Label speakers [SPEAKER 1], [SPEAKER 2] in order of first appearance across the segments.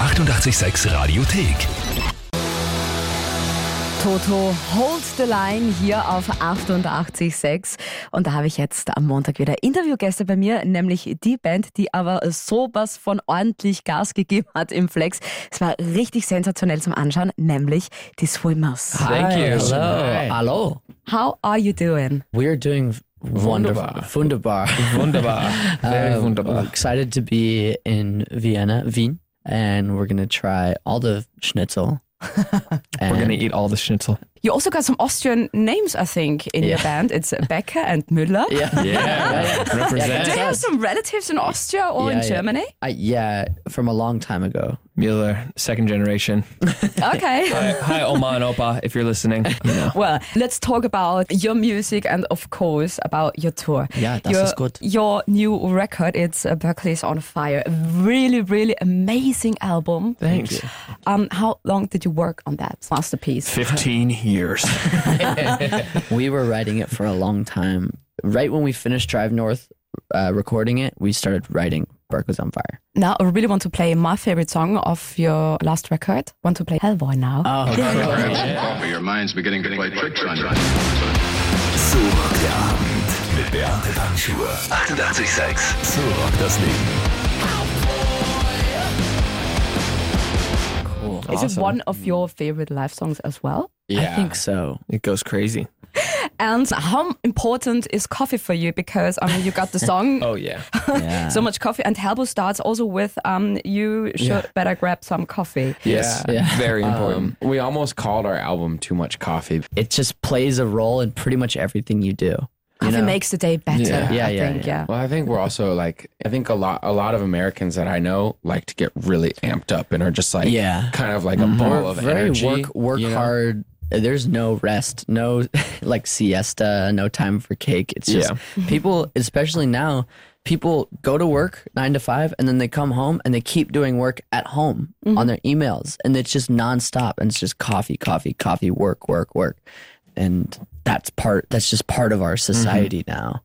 [SPEAKER 1] 886 Radiothek.
[SPEAKER 2] Toto, hold the line hier auf 88.6. Und da habe ich jetzt am Montag wieder Interviewgäste bei mir, nämlich die Band, die aber sowas von ordentlich Gas gegeben hat im Flex. Es war richtig sensationell zum Anschauen, nämlich die Swimmers.
[SPEAKER 3] Thank you.
[SPEAKER 4] Hello.
[SPEAKER 3] Hi.
[SPEAKER 4] Hello.
[SPEAKER 2] How are you doing?
[SPEAKER 4] We're doing wonderful. Wunderbar.
[SPEAKER 3] Wunderbar. Very
[SPEAKER 4] Um,
[SPEAKER 3] wunderbar.
[SPEAKER 4] We're excited to be in Vienna, Wien, and we're going to try all the schnitzel.
[SPEAKER 3] We're gonna
[SPEAKER 4] And
[SPEAKER 3] eat all the schnitzel.
[SPEAKER 5] You also got some Austrian names, I think, in your
[SPEAKER 4] Yeah.
[SPEAKER 5] band. It's Becker and Müller.
[SPEAKER 4] Yeah.
[SPEAKER 3] Yeah.
[SPEAKER 5] Do you
[SPEAKER 3] Represent.
[SPEAKER 5] have some relatives in Austria or
[SPEAKER 4] Yeah,
[SPEAKER 5] in
[SPEAKER 4] yeah.
[SPEAKER 5] Germany?
[SPEAKER 4] I, yeah, from a long time ago.
[SPEAKER 3] Mueller, second generation.
[SPEAKER 5] Okay.
[SPEAKER 3] Hi, hi, Oma and Opa, if you're listening. You know.
[SPEAKER 5] Well, let's talk about your music and, of course, about your tour.
[SPEAKER 4] Yeah, das
[SPEAKER 5] your,
[SPEAKER 4] ist gut.
[SPEAKER 5] Your new record, it's uh, Berkeley's on Fire. A really, really amazing album.
[SPEAKER 3] Thanks.
[SPEAKER 5] Um, how long did you work on that masterpiece?
[SPEAKER 3] 15 years.
[SPEAKER 4] We were writing it for a long time. Right when we finished Drive North uh, recording it, we started writing Barco's on Fire.
[SPEAKER 5] Now, I really want to play my favorite song of your last record. Want to play Hellboy now.
[SPEAKER 4] Oh,
[SPEAKER 6] But your mind's beginning to play tricks on you.
[SPEAKER 1] So rockt der Abend mit Beate Panschur. 88.6. So rockt das Leben.
[SPEAKER 4] Cool.
[SPEAKER 5] Is it one of your favorite live songs as well?
[SPEAKER 4] I think so.
[SPEAKER 3] It goes crazy.
[SPEAKER 5] And how important is coffee for you? Because I mean, you got the song,
[SPEAKER 3] Oh, yeah.
[SPEAKER 4] Yeah.
[SPEAKER 5] so much coffee, and Helbo starts also with, um, "You should better grab some coffee."
[SPEAKER 3] Yes.
[SPEAKER 4] Yeah. Um,
[SPEAKER 3] Very important.
[SPEAKER 7] We almost called our album Too Much Coffee.
[SPEAKER 4] it just plays a role in pretty much everything you do. You
[SPEAKER 5] Coffee
[SPEAKER 4] know?
[SPEAKER 5] makes the day better.
[SPEAKER 4] Yeah. Yeah,
[SPEAKER 5] I
[SPEAKER 4] yeah,
[SPEAKER 5] think, yeah.
[SPEAKER 4] yeah.
[SPEAKER 7] Well, I think we're also like I think a lot a lot of Americans that I know like to get really amped up and are just like
[SPEAKER 4] Yeah. Mm-hmm.
[SPEAKER 7] kind of like a ball of
[SPEAKER 4] very
[SPEAKER 7] energy.
[SPEAKER 4] work work
[SPEAKER 7] you know?
[SPEAKER 4] hard. There's no rest, no like siesta, no time for cake. It's just people, especially now, people go to work nine to five and then they come home and they keep doing work at home on their emails and it's just nonstop and it's just coffee, coffee, coffee, work, work, work. And that's part that's just part of our society now.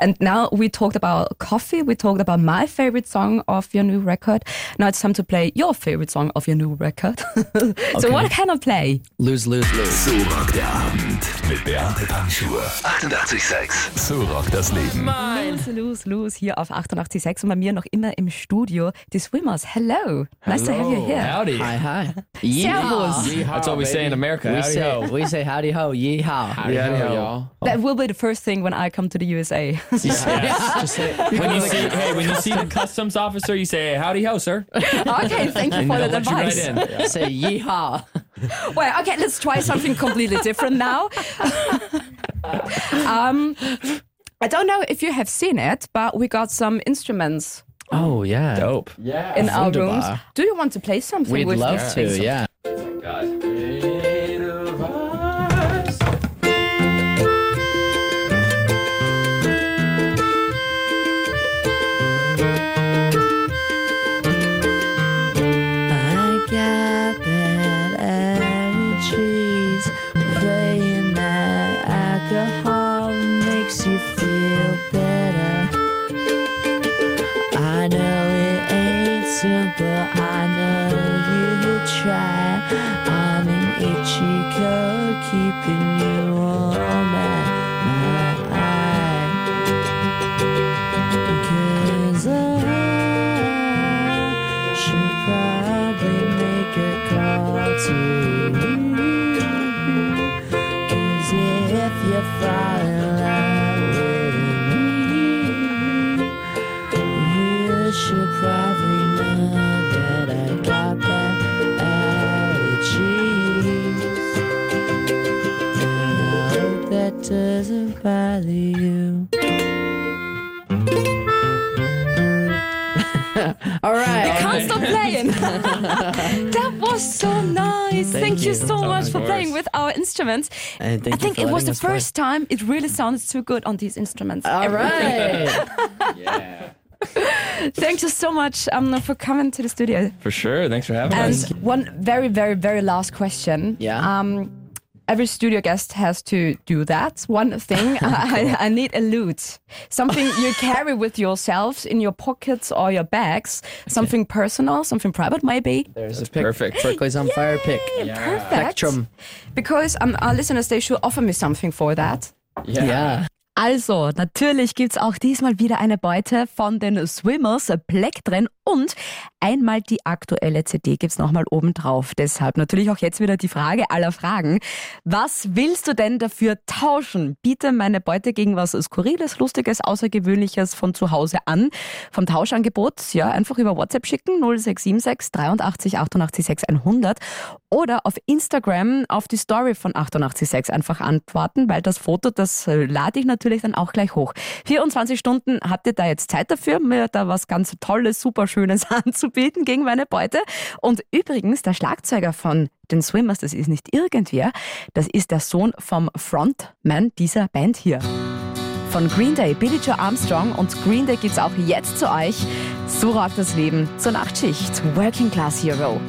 [SPEAKER 5] And now we talked about coffee. We talked about my favorite song of your new record. Now it's time to play your favorite song of your new record. so what can I play?
[SPEAKER 4] Lose, lose, lose.
[SPEAKER 1] So rockt der Abend mit Beate Panschur. 88.6. So rockt das Leben.
[SPEAKER 5] Lose, lose, lose hier auf 88.6 und bei mir noch immer im Studio die Swimmers. Hello. Nice to have you here.
[SPEAKER 3] Howdy.
[SPEAKER 4] Hi, hi.
[SPEAKER 5] Servus.
[SPEAKER 3] That's what we say in America.
[SPEAKER 4] We
[SPEAKER 3] Howdy
[SPEAKER 4] say,
[SPEAKER 3] ho.
[SPEAKER 4] we say howdy ho, yee how.
[SPEAKER 7] Yeah,
[SPEAKER 3] Howdy ho.
[SPEAKER 7] y'all.
[SPEAKER 5] That will be the first thing when I come to the USA.
[SPEAKER 3] When you see, hey, when you see the customs officer, you say, howdy ho, sir.
[SPEAKER 5] okay, thank you for
[SPEAKER 3] They'll
[SPEAKER 5] that
[SPEAKER 3] let you right
[SPEAKER 5] advice.
[SPEAKER 3] in.
[SPEAKER 4] Say yee haw.
[SPEAKER 5] Well, okay, let's try something completely different now. um, I don't know if you have seen it, but we got some instruments
[SPEAKER 4] Oh yeah.
[SPEAKER 3] Dope.
[SPEAKER 7] Yeah.
[SPEAKER 5] in our rooms.
[SPEAKER 4] Wunderbar.
[SPEAKER 5] Do you want to play something?
[SPEAKER 4] We'd
[SPEAKER 5] with
[SPEAKER 4] love
[SPEAKER 5] us?
[SPEAKER 4] to, yeah. I got bad allergies. Playing that alcohol makes you feel better. I know it ain't simple. I know you try. I'm an itchy coat, keeping you warm at my eye. Because I should probably make a call to you. Cause if you fall in love with me, you should probably know that I got that allergies. And I hope that doesn't bother you. All right.
[SPEAKER 5] Can't stop playing. that was so nice. Thank, you.
[SPEAKER 4] you. Oh,
[SPEAKER 5] so much for
[SPEAKER 3] course.
[SPEAKER 5] playing with our instruments.
[SPEAKER 4] And Uh, thank
[SPEAKER 5] I
[SPEAKER 4] you
[SPEAKER 5] think
[SPEAKER 4] for
[SPEAKER 5] it was the
[SPEAKER 4] letting us play.
[SPEAKER 5] first time it really sounded too good on these instruments.
[SPEAKER 4] All right.
[SPEAKER 5] Thank you so much um, for coming to the studio.
[SPEAKER 3] For sure. Thanks for having
[SPEAKER 5] And
[SPEAKER 3] us.
[SPEAKER 5] one very, very, very last question.
[SPEAKER 4] Yeah.
[SPEAKER 5] Um,
[SPEAKER 8] every studio guest has to do that. One thing,
[SPEAKER 4] Oh,
[SPEAKER 8] I, I need a lute, something you carry with yourselves in your pockets or your bags, something personal, something private, maybe.
[SPEAKER 4] There's a pick.
[SPEAKER 3] Perfect.
[SPEAKER 4] Berkeley's on fire pick.
[SPEAKER 8] Yay, Perfect.
[SPEAKER 4] Spectrum.
[SPEAKER 8] Because um, our listeners, they should offer me something for that.
[SPEAKER 4] Yeah.
[SPEAKER 5] Also, natürlich gibt's auch diesmal wieder eine Beute von den Swimmers äh, Black drin und einmal die aktuelle CD gibt's nochmal oben drauf. Deshalb natürlich auch jetzt wieder die Frage aller Fragen. Was willst du denn dafür tauschen? Biete meine Beute gegen was Skurriles, Lustiges, Außergewöhnliches von zu Hause an. Vom Tauschangebot, ja, einfach über WhatsApp schicken, 0676 83 88 6 100 oder auf Instagram auf die Story von 886 einfach antworten, weil das Foto, das äh, lade ich natürlich dann auch gleich hoch. 24 Stunden habt ihr da jetzt Zeit dafür, mir da was ganz Tolles, super Schönes anzubieten gegen meine Beute. Und übrigens, der Schlagzeuger von den Swimmers, das ist nicht irgendwer, das ist der Sohn vom Frontman dieser Band hier von Green Day, Billy Joe Armstrong und Green Day gibt's auch jetzt zu euch. So raubt das Leben zur Nachtschicht. Working Class Hero.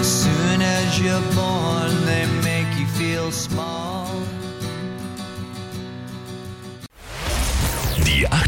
[SPEAKER 9] soon as you're born, they make you feel small.
[SPEAKER 1] Die